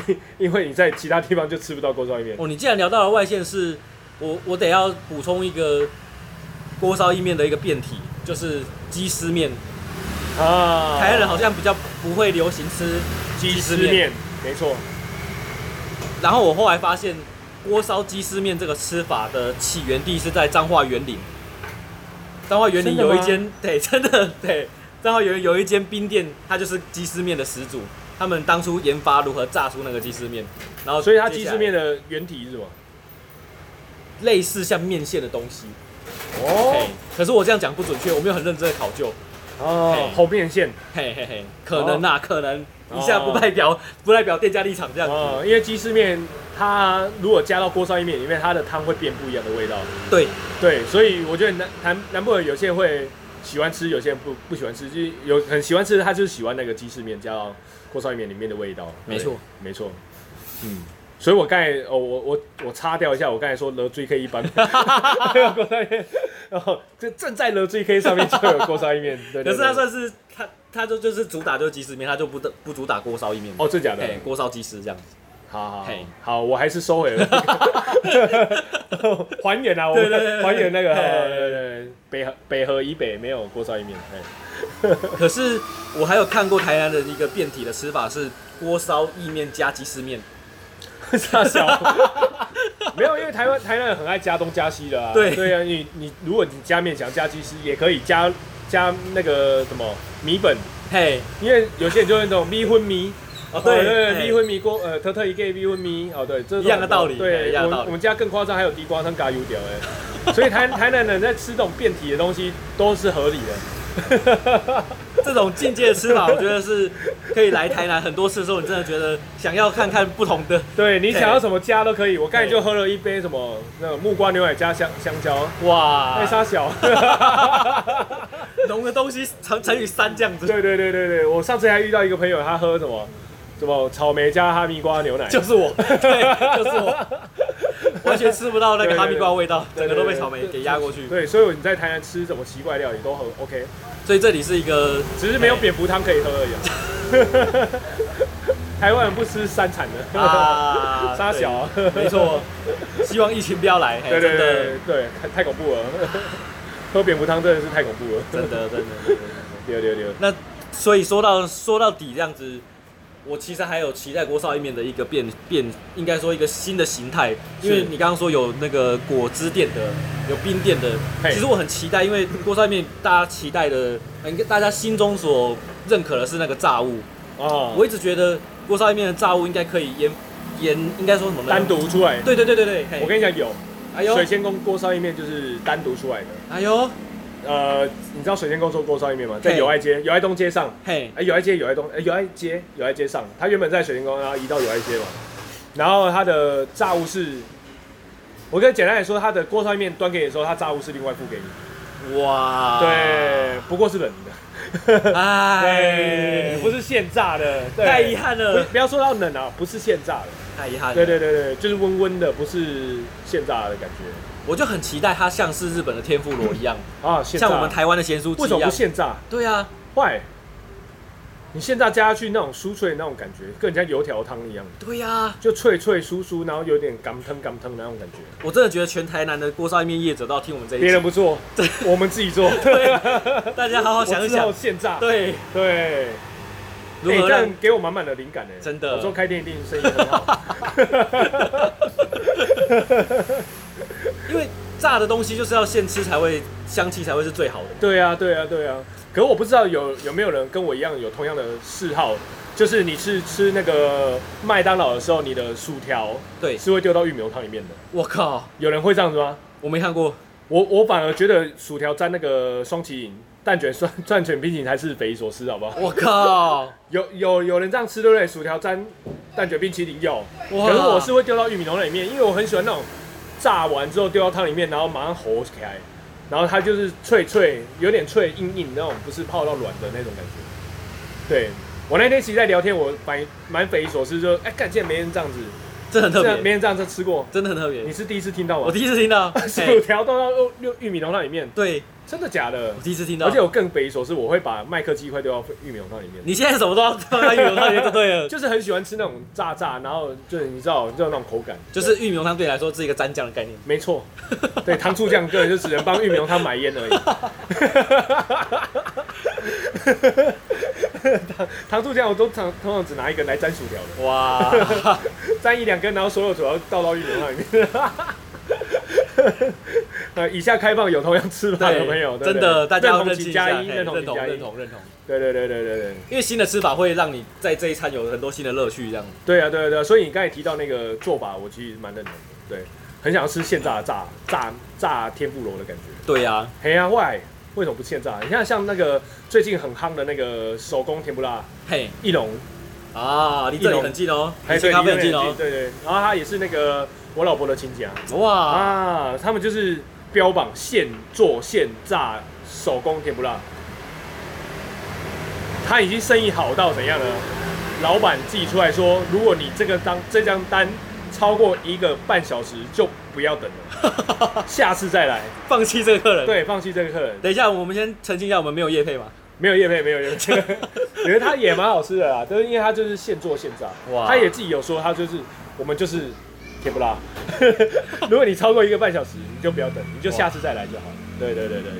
Speaker 1: 对， 因为你在其他地方就吃不到锅烧意面。
Speaker 2: 哦，你既然聊到了外县市，我我得要补充一个锅烧意面的一个变体，就是鸡丝面。
Speaker 1: 哦啊，
Speaker 2: 台湾人好像比较不会流行吃
Speaker 1: 鸡丝
Speaker 2: 丝，
Speaker 1: 面，没错，
Speaker 2: 然后我后来发现锅烧鸡丝面这个吃法的起源地是在彰化园林。彰化园
Speaker 1: 真
Speaker 2: 林
Speaker 1: 的
Speaker 2: 有
Speaker 1: 吗
Speaker 2: 一间， 对，真的对，彰化园林有一间冰店，它就是鸡丝面的始祖。他们当初研发如何炸出那个鸡丝面，然后
Speaker 1: 所以它
Speaker 2: 接
Speaker 1: 鸡
Speaker 2: 下
Speaker 1: 丝
Speaker 2: 来
Speaker 1: 面的原体是什么？
Speaker 2: 类似像面线的东西。嘿
Speaker 1: 哦，
Speaker 2: 可是我这样讲不准确，我没有很认真的考究。
Speaker 1: 哦，
Speaker 2: 嘿
Speaker 1: 后面线
Speaker 2: 嘿嘿嘿，可能呐、可能一下不代表、不代表店家立场 这样子。
Speaker 1: 哦，因为鸡丝面它如果加到锅烧意面里面，它的汤会变不一样的味道。
Speaker 2: 对，
Speaker 1: 对，所以我觉得南南南部人有些人会喜欢吃，有些人不不喜欢吃，就是有很喜欢吃，他就是喜欢那个鸡翅面加到锅烧意面里面的味道。
Speaker 2: 没错
Speaker 1: 对，没错，嗯。所以我刚才哦，我我我擦掉一下，我刚才说了 J K 一般，没有锅烧意面，然后这正在了 J K 上面就有锅烧意面，对对
Speaker 2: 可
Speaker 1: 对
Speaker 2: 是它算是它它就就是主打就是鸡丝面，它就不得不主打锅烧意面。
Speaker 1: 哦，真假的，
Speaker 2: 嘿，锅烧鸡丝这样子。
Speaker 1: 好好好
Speaker 2: 嘿
Speaker 1: 好，我还是收回 了，还原啊，我
Speaker 2: 对对对
Speaker 1: 们
Speaker 2: 对
Speaker 1: 还原那个，
Speaker 2: 嘿
Speaker 1: 对对对，北河北河以北没有锅烧意面，嘿
Speaker 2: 可是我还有看过台南的一个变体的吃法是锅烧意面加鸡丝面。
Speaker 1: 傻笑。 没有，因为台湾台南人很爱加东加西的啊。
Speaker 2: 对
Speaker 1: 对啊，你你如果你加面想加鸡丝也可以加加那个什么米粉，
Speaker 2: 嘿，
Speaker 1: 因为有些人就是那种米粉米。
Speaker 2: 哦
Speaker 1: 哦
Speaker 2: 对
Speaker 1: 对，
Speaker 2: 嘿
Speaker 1: 米粉米锅呃，特特一个米粉米哦对，这种
Speaker 2: 一样的道理哎
Speaker 1: 对，
Speaker 2: 一样的
Speaker 1: 我
Speaker 2: 道理
Speaker 1: 我们家更夸张，还有地瓜汤咖油条哎，所以台台南人在吃这种变体的东西都是合理的。
Speaker 2: 这种境界的吃法，我觉得是可以来台南很多次的时候，你真的觉得想要看看不同的。
Speaker 1: 对你
Speaker 2: 嘿
Speaker 1: 想要什么加都可以，我刚才
Speaker 2: 嘿
Speaker 1: 就喝了一杯什么那个木瓜牛奶加香香蕉，
Speaker 2: 哇
Speaker 1: 太沙小。
Speaker 2: 浓的东西乘乘以三这样子，
Speaker 1: 对对对对对，我上次还遇到一个朋友，他喝什么什么草莓加哈密瓜牛奶，
Speaker 2: 就是我，对，就是我，完全吃不到那个哈密瓜味道，
Speaker 1: 对
Speaker 2: 整
Speaker 1: 对
Speaker 2: 个
Speaker 1: 对
Speaker 2: 都被草莓给压过 去。
Speaker 1: 对，所以你在台南吃什么奇怪料理都很 OK，
Speaker 2: 所以这里是一个，
Speaker 1: 只是没有蝙蝠汤可以喝而已 啊、台湾人不吃山产的，
Speaker 2: 啊，
Speaker 1: 沙小啊
Speaker 2: 对 没错。希望疫情不要来，嘿
Speaker 1: 对对
Speaker 2: 真
Speaker 1: 对
Speaker 2: 的，
Speaker 1: 对，太太恐怖了， 喝蝙蝠汤真的是太恐怖了，
Speaker 2: 真的，真的真的。
Speaker 1: 对对对，
Speaker 2: 那所以说到说到底这样子，我其实还有期待锅烧意面的一个变变，应该说一个新的形态，因为
Speaker 1: 是
Speaker 2: 你刚刚说有那个果汁店的，有冰店的，
Speaker 1: 嘿
Speaker 2: 其实我很期待，因为锅烧意面大家期待的，呃应该大家心中所认可的是那个炸物，
Speaker 1: 哦，
Speaker 2: 我一直觉得锅烧意面的炸物应该可以研研，应该说什么呢
Speaker 1: 单？独出来，
Speaker 2: 对对对对对，嘿
Speaker 1: 我跟你讲有，
Speaker 2: 哎呦
Speaker 1: 水仙宫锅烧意面就是单独出来的，
Speaker 2: 哎呦
Speaker 1: 呃，你知道水仙宫做锅烧意面吗？在
Speaker 2: 嘿
Speaker 1: 友爱街，友爱东街上。
Speaker 2: 嘿
Speaker 1: 哎、友爱街，友爱东，哎、友爱街，友爱街上，它原本在水晶宫，然后移到友爱街嘛。然后它的炸物是，我跟你简单来说，它的锅烧意面端给你的时候，它炸物是另外付给你，
Speaker 2: 哇，
Speaker 1: 对，不过是冷 的，
Speaker 2: 哎
Speaker 1: 对，，不是现炸的，对
Speaker 2: 太遗憾了
Speaker 1: 不，不要说到冷啊，不是现炸的，
Speaker 2: 太遗憾了，
Speaker 1: 对对对对，就是温温的，不是现炸的感觉
Speaker 2: 我就很期待它像是日本的天妇罗一 样，
Speaker 1: 啊，现炸
Speaker 2: 像我们台湾的咸酥
Speaker 1: 为
Speaker 2: 鸡
Speaker 1: 什
Speaker 2: 一
Speaker 1: 么不
Speaker 2: 样。
Speaker 1: 现炸？
Speaker 2: 对啊，
Speaker 1: 坏，你现炸加下去那种酥脆的那种感觉，跟人家油条汤一样。
Speaker 2: 对啊，
Speaker 1: 就脆脆酥酥，然后有点甘腾甘腾那种感觉。
Speaker 2: 我真的觉得全台南的锅烧意面业者都要听我们这一
Speaker 1: 别人
Speaker 2: 集，
Speaker 1: 不做，我们自己做。
Speaker 2: 对大家好好想一
Speaker 1: 我之后
Speaker 2: 想，
Speaker 1: 现炸。
Speaker 2: 对，
Speaker 1: 对，
Speaker 2: 如
Speaker 1: 哎
Speaker 2: 何
Speaker 1: 这
Speaker 2: 让
Speaker 1: 样给我满满的灵感呢？欸
Speaker 2: 真的
Speaker 1: 我说开店一定生意很好。
Speaker 2: 因为炸的东西就是要现吃才会香气才会是最好的。
Speaker 1: 对啊，对啊，对啊。可我不知道有有没有人跟我一样有同样的嗜好，就是你是吃那个麦当劳的时候，你的薯条
Speaker 2: 对，
Speaker 1: 是会丢到玉米浓汤里面的。
Speaker 2: 我靠，
Speaker 1: 有人会这样子吗？
Speaker 2: 我没看过，
Speaker 1: 我我反而觉得薯条沾那个双奇饮、蛋卷双蛋卷冰淇淋才是匪夷所思，好不好？
Speaker 2: 我靠，
Speaker 1: 有有有人这样吃对不对？薯条沾蛋卷冰淇淋有，
Speaker 2: 哇
Speaker 1: 可是我是会丢到玉米浓里面，因为我很喜欢那种炸完之后丢到汤里面，然后马上吼起来，然后它就是脆脆，有点脆硬硬那种，不是泡到软的那种感觉。对我那天其实在聊天，我蛮蛮匪夷所思，就哎，干、竟然没人这样子，
Speaker 2: 这很特
Speaker 1: 这样没
Speaker 2: 别，
Speaker 1: 人这样子吃过，
Speaker 2: 真的很特别
Speaker 1: 你。是第一次听到吗？
Speaker 2: 我第一次 听到，
Speaker 1: 薯
Speaker 2: 嘿
Speaker 1: 条都要用用玉米浓汤里面，
Speaker 2: 对
Speaker 1: 真的假的
Speaker 2: 我？第一次听到，
Speaker 1: 而且我更匪夷所思，我会把麦克鸡块丢到玉米浓汤里面。
Speaker 2: 你现在什么都要放在玉 米浓汤里面就对了，
Speaker 1: 就是很喜欢吃那种炸炸，然后就是你知道，你知道那种口感，
Speaker 2: 就
Speaker 1: 对
Speaker 2: 是玉米浓汤对你来说是一个蘸酱的概念。
Speaker 1: 没 错，对糖醋酱个人就只能帮玉米浓汤买烟而已。糖 糖醋酱我都常通常只拿一根来沾薯条的，
Speaker 2: 哇，
Speaker 1: 沾一两根，然后所有主要倒到玉米浓汤里面。 呃，以下开放有同样吃法的朋友，对
Speaker 2: 真
Speaker 1: 不对
Speaker 2: 的大家要
Speaker 1: 认同
Speaker 2: 清
Speaker 1: 请
Speaker 2: 一
Speaker 1: 加
Speaker 2: 下，
Speaker 1: 一，
Speaker 2: 嘿
Speaker 1: 认
Speaker 2: 认
Speaker 1: 同请
Speaker 2: 同
Speaker 1: 加一
Speaker 2: 认，同认同，
Speaker 1: 对对对对对对。
Speaker 2: 因为新的吃法会让你在这一餐有很多新的乐趣，这样。
Speaker 1: 对啊，对啊，对啊，所以你刚才提到那个做法，我其实蛮认同的。对，很想要吃现炸的炸炸炸天妇罗的感觉。
Speaker 2: 对 呀，
Speaker 1: 嘿呀、啊、，why？为什么不现炸？你看像那个最近很夯的那个手工甜不辣
Speaker 2: 嘿
Speaker 1: 一龙，
Speaker 2: 啊，离这里很近哦，
Speaker 1: 对，
Speaker 2: 离星咖啡
Speaker 1: 哎对
Speaker 2: 很近哦
Speaker 1: 对。对，然后他也是那个我老婆的亲戚啊，
Speaker 2: 哇，
Speaker 1: 啊，他们就是标榜现做现炸手工甜不辣，他已经生意好到怎样呢？老板自己出来说，如果你这个当这张单超过一个半小时，就不要等了，下次再来。
Speaker 2: 放弃这个客人。，
Speaker 1: 啊对，放弃这个客人，
Speaker 2: 等一下，我们先澄清一下，我们没有叶配嘛？
Speaker 1: 没有叶配，没有叶 配。我觉得它也蛮好吃的啦，就是因为它就是现做现炸。
Speaker 2: 哇
Speaker 1: 哇！他也自己有说，他就是我们就是甜不辣。 如果你超过一个半小时，你就不要等，你就下次再来就好了。对对对对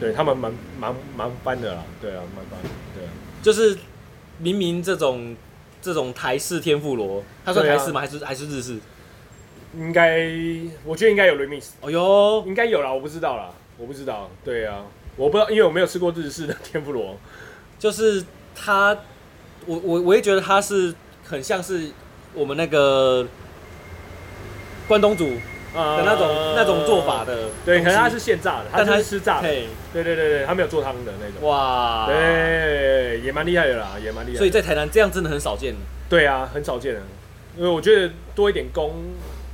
Speaker 1: 对，对他们蛮蛮蛮翻的啦，对啊，蛮翻的，对啊。
Speaker 2: 就是明明这种这种台式天妇罗，它
Speaker 1: 啊
Speaker 2: 算台式吗？还是还是日式？
Speaker 1: 应该我觉得应该有 remix，
Speaker 2: 哦哟，
Speaker 1: 应该有啦，我不知道啦，我不知道。对啊，我不知道，因为我没有吃过日式的天妇罗。
Speaker 2: 就是它，我我我也觉得它是很像是我们那个关东煮的
Speaker 1: 呃
Speaker 2: 那种、那种做法。的东西，
Speaker 1: 对，可能它是现炸的，它
Speaker 2: 但它
Speaker 1: 就是吃炸的。
Speaker 2: 嘿
Speaker 1: 对对对对，他没有做汤的那种。
Speaker 2: 哇，，
Speaker 1: 对，也蛮厉害的啦，也蛮厉害的。
Speaker 2: 啊所以在台南这样真的很少见。
Speaker 1: 对啊，很少见的，因为我觉得多一点工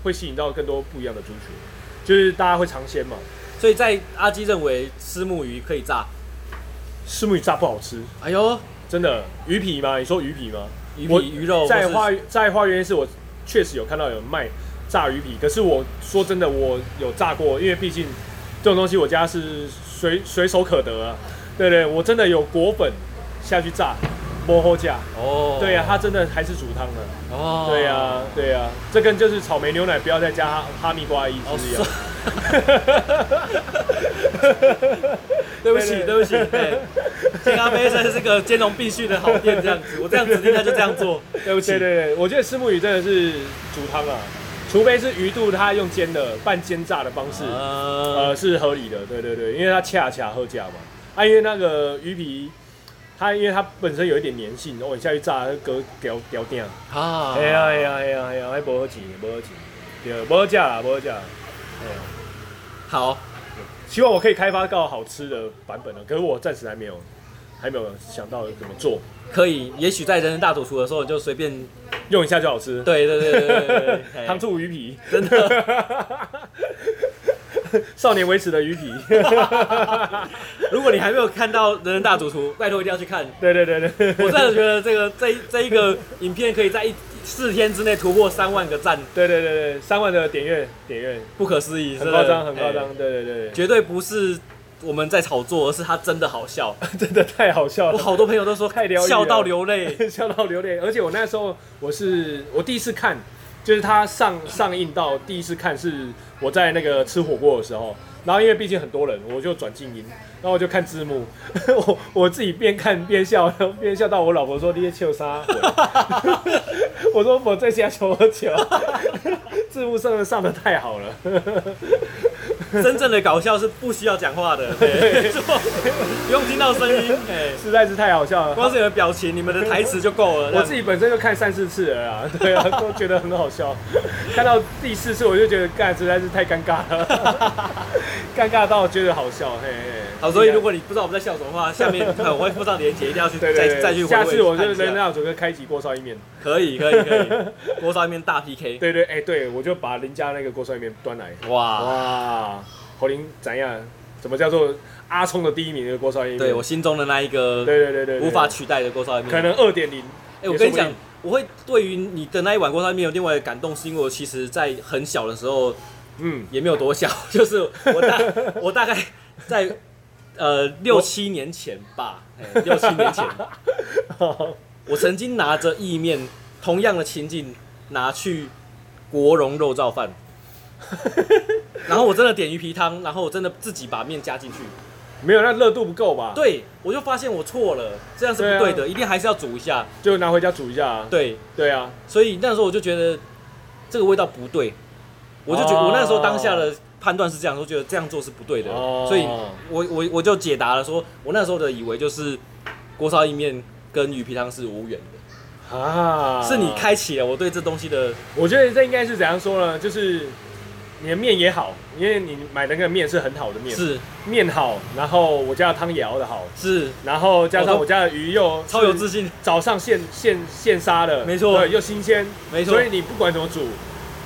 Speaker 1: 会吸引到更多不一样的族群，就是大家会尝鲜嘛。
Speaker 2: 所以在阿基认为虱目鱼可以炸，
Speaker 1: 虱目鱼炸不好吃，
Speaker 2: 哎呦，
Speaker 1: 真的鱼皮吗？你说鱼皮吗？
Speaker 2: 鱼
Speaker 1: 我
Speaker 2: 皮鱼肉
Speaker 1: 在
Speaker 2: 或
Speaker 1: 花
Speaker 2: 哦是
Speaker 1: 在花园夜市，我确实有看到有人卖炸鱼皮，可是我说真的，我有炸过，因为毕竟这种东西我家是随随手可得啊。对对，我真的有果粉下去炸，摸后架。
Speaker 2: 哦，
Speaker 1: 对呀、啊，它真的还是煮汤的。
Speaker 2: 哦，
Speaker 1: 对呀、对呀、这跟就是草莓牛奶不要再加哈哈密瓜的意思一样。
Speaker 2: 对不起，对不起，哎，金咖啡真的是个兼容并蓄的好店，这样子，我这样指定他就这 样做，对不起，
Speaker 1: 对对对，我觉得石目鱼真的是煮汤啊，除非是鱼肚它用煎的、半煎炸的方式，
Speaker 2: 呃，
Speaker 1: 呃，是合理的。对对对，因为它恰恰喝价嘛。啊，因为那个鱼皮，它因为它本身有一点粘性，哦，你下去炸，它割掉掉掉。
Speaker 2: 啊，
Speaker 1: 哎呀哎呀哎呀哎呀，还不好钱，不好钱，对，不好价啦，不好价。哎呀。
Speaker 2: 好，
Speaker 1: 希望我可以开发到好吃的版本了，可是我暂时还没有，还没有想到怎么做，
Speaker 2: 可以，也许在人人大主厨的时候，你就随便，
Speaker 1: 用一下就好吃。，
Speaker 2: 对对对对对对对 哎
Speaker 1: 糖醋鱼皮，
Speaker 2: 真的，
Speaker 1: 少年维持的鱼皮，
Speaker 2: 如果你还没有看到人人大主厨，拜托一定要去看，
Speaker 1: 对对对对，
Speaker 2: 我真的觉得这个 这一这一个影片可以在一四天之内突破三万个赞，
Speaker 1: 对对对对，三万的点阅点阅，
Speaker 2: 不可思议，
Speaker 1: 很
Speaker 2: 真
Speaker 1: 夸
Speaker 2: 的
Speaker 1: 张很夸，
Speaker 2: 哎
Speaker 1: 张，对对对，
Speaker 2: 绝对不是我们在炒作，而是它真的好笑。
Speaker 1: 真的太好笑
Speaker 2: 我
Speaker 1: 了，
Speaker 2: 好多朋友都说
Speaker 1: 太疗愈了
Speaker 2: 笑到流 泪。
Speaker 1: 笑到流泪，而且我那时候我是我第一次看，就是它上上映到第一次看是我在那个吃火锅的时候，然后因为毕竟很多人，我就转静音，然后我就看字幕， 我我自己边看边笑，然后边笑到我老婆说你在笑啥鬼？ 我说我在家求我求， 字幕上的上的太好了，
Speaker 2: 真正的搞笑是不需要讲话 的，对就不用听到声音，哎，
Speaker 1: 实在是太好笑了。
Speaker 2: 光是你们表情、你们的台词就够了。
Speaker 1: 我自己本身就看三四次了啦，对啊，都觉得很好笑。看到第四次我就觉得干实在是太尴尬了， 尴尬到觉得好笑。嘿嘿，
Speaker 2: 好，所以如果你不知道我们在笑什么的话，下面呃我会附上链接，一定要去
Speaker 1: 对对对，
Speaker 2: 再再去回
Speaker 1: 下
Speaker 2: 味
Speaker 1: 次我就
Speaker 2: 看一下
Speaker 1: 人大主哥开启锅烧意面。
Speaker 2: 可以可以可以，锅烧面大 PK，
Speaker 1: 对对，哎、对我就把林家那个锅烧意面端来。
Speaker 2: 哇，
Speaker 1: 哇，侯林怎样？怎么叫做阿聪的第一名的锅烧意面？
Speaker 2: 对我心中的那一个
Speaker 1: 对对对对对
Speaker 2: 无法取代的锅烧面，
Speaker 1: 可能二点零。
Speaker 2: 哎，我跟
Speaker 1: 也说
Speaker 2: 你讲
Speaker 1: 不定，
Speaker 2: 我会对于你的那一碗锅烧面有另外的感动，是因为我其实在很小的时候
Speaker 1: 嗯，
Speaker 2: 也没有多小， 就是我大我大概在呃六七年前吧，哎六七年前，我曾经拿着意面同样的情境拿去国荣肉燥饭， 然后我真的点鱼皮汤，然后我真的自己把面加进去，
Speaker 1: 没有，那热度不够吧？，
Speaker 2: 对我就发现我错了，这样是不对的，
Speaker 1: 啊
Speaker 2: 一定还是要煮一下，
Speaker 1: 就拿回家煮一下啊。
Speaker 2: 对，
Speaker 1: 对啊，
Speaker 2: 所以那时候我就觉得这个味道不对，我就觉
Speaker 1: 哦
Speaker 2: 我那时候当下的判断是这样，我觉得这样做是不对的，
Speaker 1: 哦
Speaker 2: 所以我我我就解答了说，我那时候的以为就是锅烧意面跟鱼皮汤是无缘的，
Speaker 1: 啊，
Speaker 2: 是你开启了我对这东西的
Speaker 1: 我觉得这应该是怎样说呢？就是你的面也好，因为你买的那个面是很好的面，
Speaker 2: 是
Speaker 1: 面好，然后我家的汤也熬得好，
Speaker 2: 是
Speaker 1: 然后加
Speaker 2: 我
Speaker 1: 上
Speaker 2: 哦都
Speaker 1: 我家的鱼又
Speaker 2: 超有自信，
Speaker 1: 早上现现现杀的，
Speaker 2: 没错
Speaker 1: 对，又新鲜，
Speaker 2: 没错
Speaker 1: 所以你不管怎么煮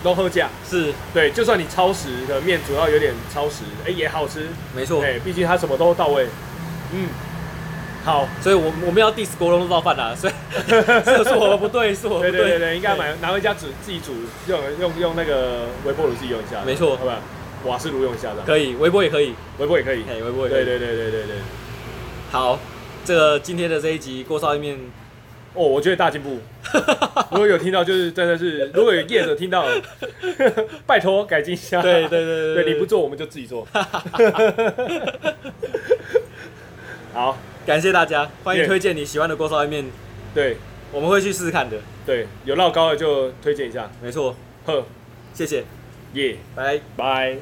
Speaker 1: 都喝价，
Speaker 2: 是
Speaker 1: 对，就算你超时的面主要有点超时，哎、也好吃，
Speaker 2: 没错，
Speaker 1: 哎、毕竟它什么都到位，嗯，好，
Speaker 2: 所以我我们要 diss 国龙肉燥饭啦，所以 是是我不对，是我不
Speaker 1: 对对对
Speaker 2: 对，
Speaker 1: 对，应该买拿回家煮自己煮，用用用那个微波炉自己用一下，
Speaker 2: 没错
Speaker 1: 好吧，瓦斯炉用一下的，
Speaker 2: 可以，微波也可以，
Speaker 1: 微波也可以，
Speaker 2: 哎，微波也可以，
Speaker 1: 对对对对对对，
Speaker 2: 好，这个今天的这一集锅烧意 面。
Speaker 1: 哦，我觉得大进 步，如果有听到就是真的是，如果有业者听 到，拜托改进一下，
Speaker 2: 对对对
Speaker 1: 对，你不做我们就自己 做。 好，
Speaker 2: 感谢大家，欢迎
Speaker 1: Yeah
Speaker 2: 推荐你喜欢的锅烧外面，
Speaker 1: 对
Speaker 2: 我们会去试试看的。
Speaker 1: 对，有绕高的就推荐一下。
Speaker 2: 没错，
Speaker 1: 呵，
Speaker 2: 谢谢，
Speaker 1: 耶，
Speaker 2: 拜。
Speaker 1: 拜。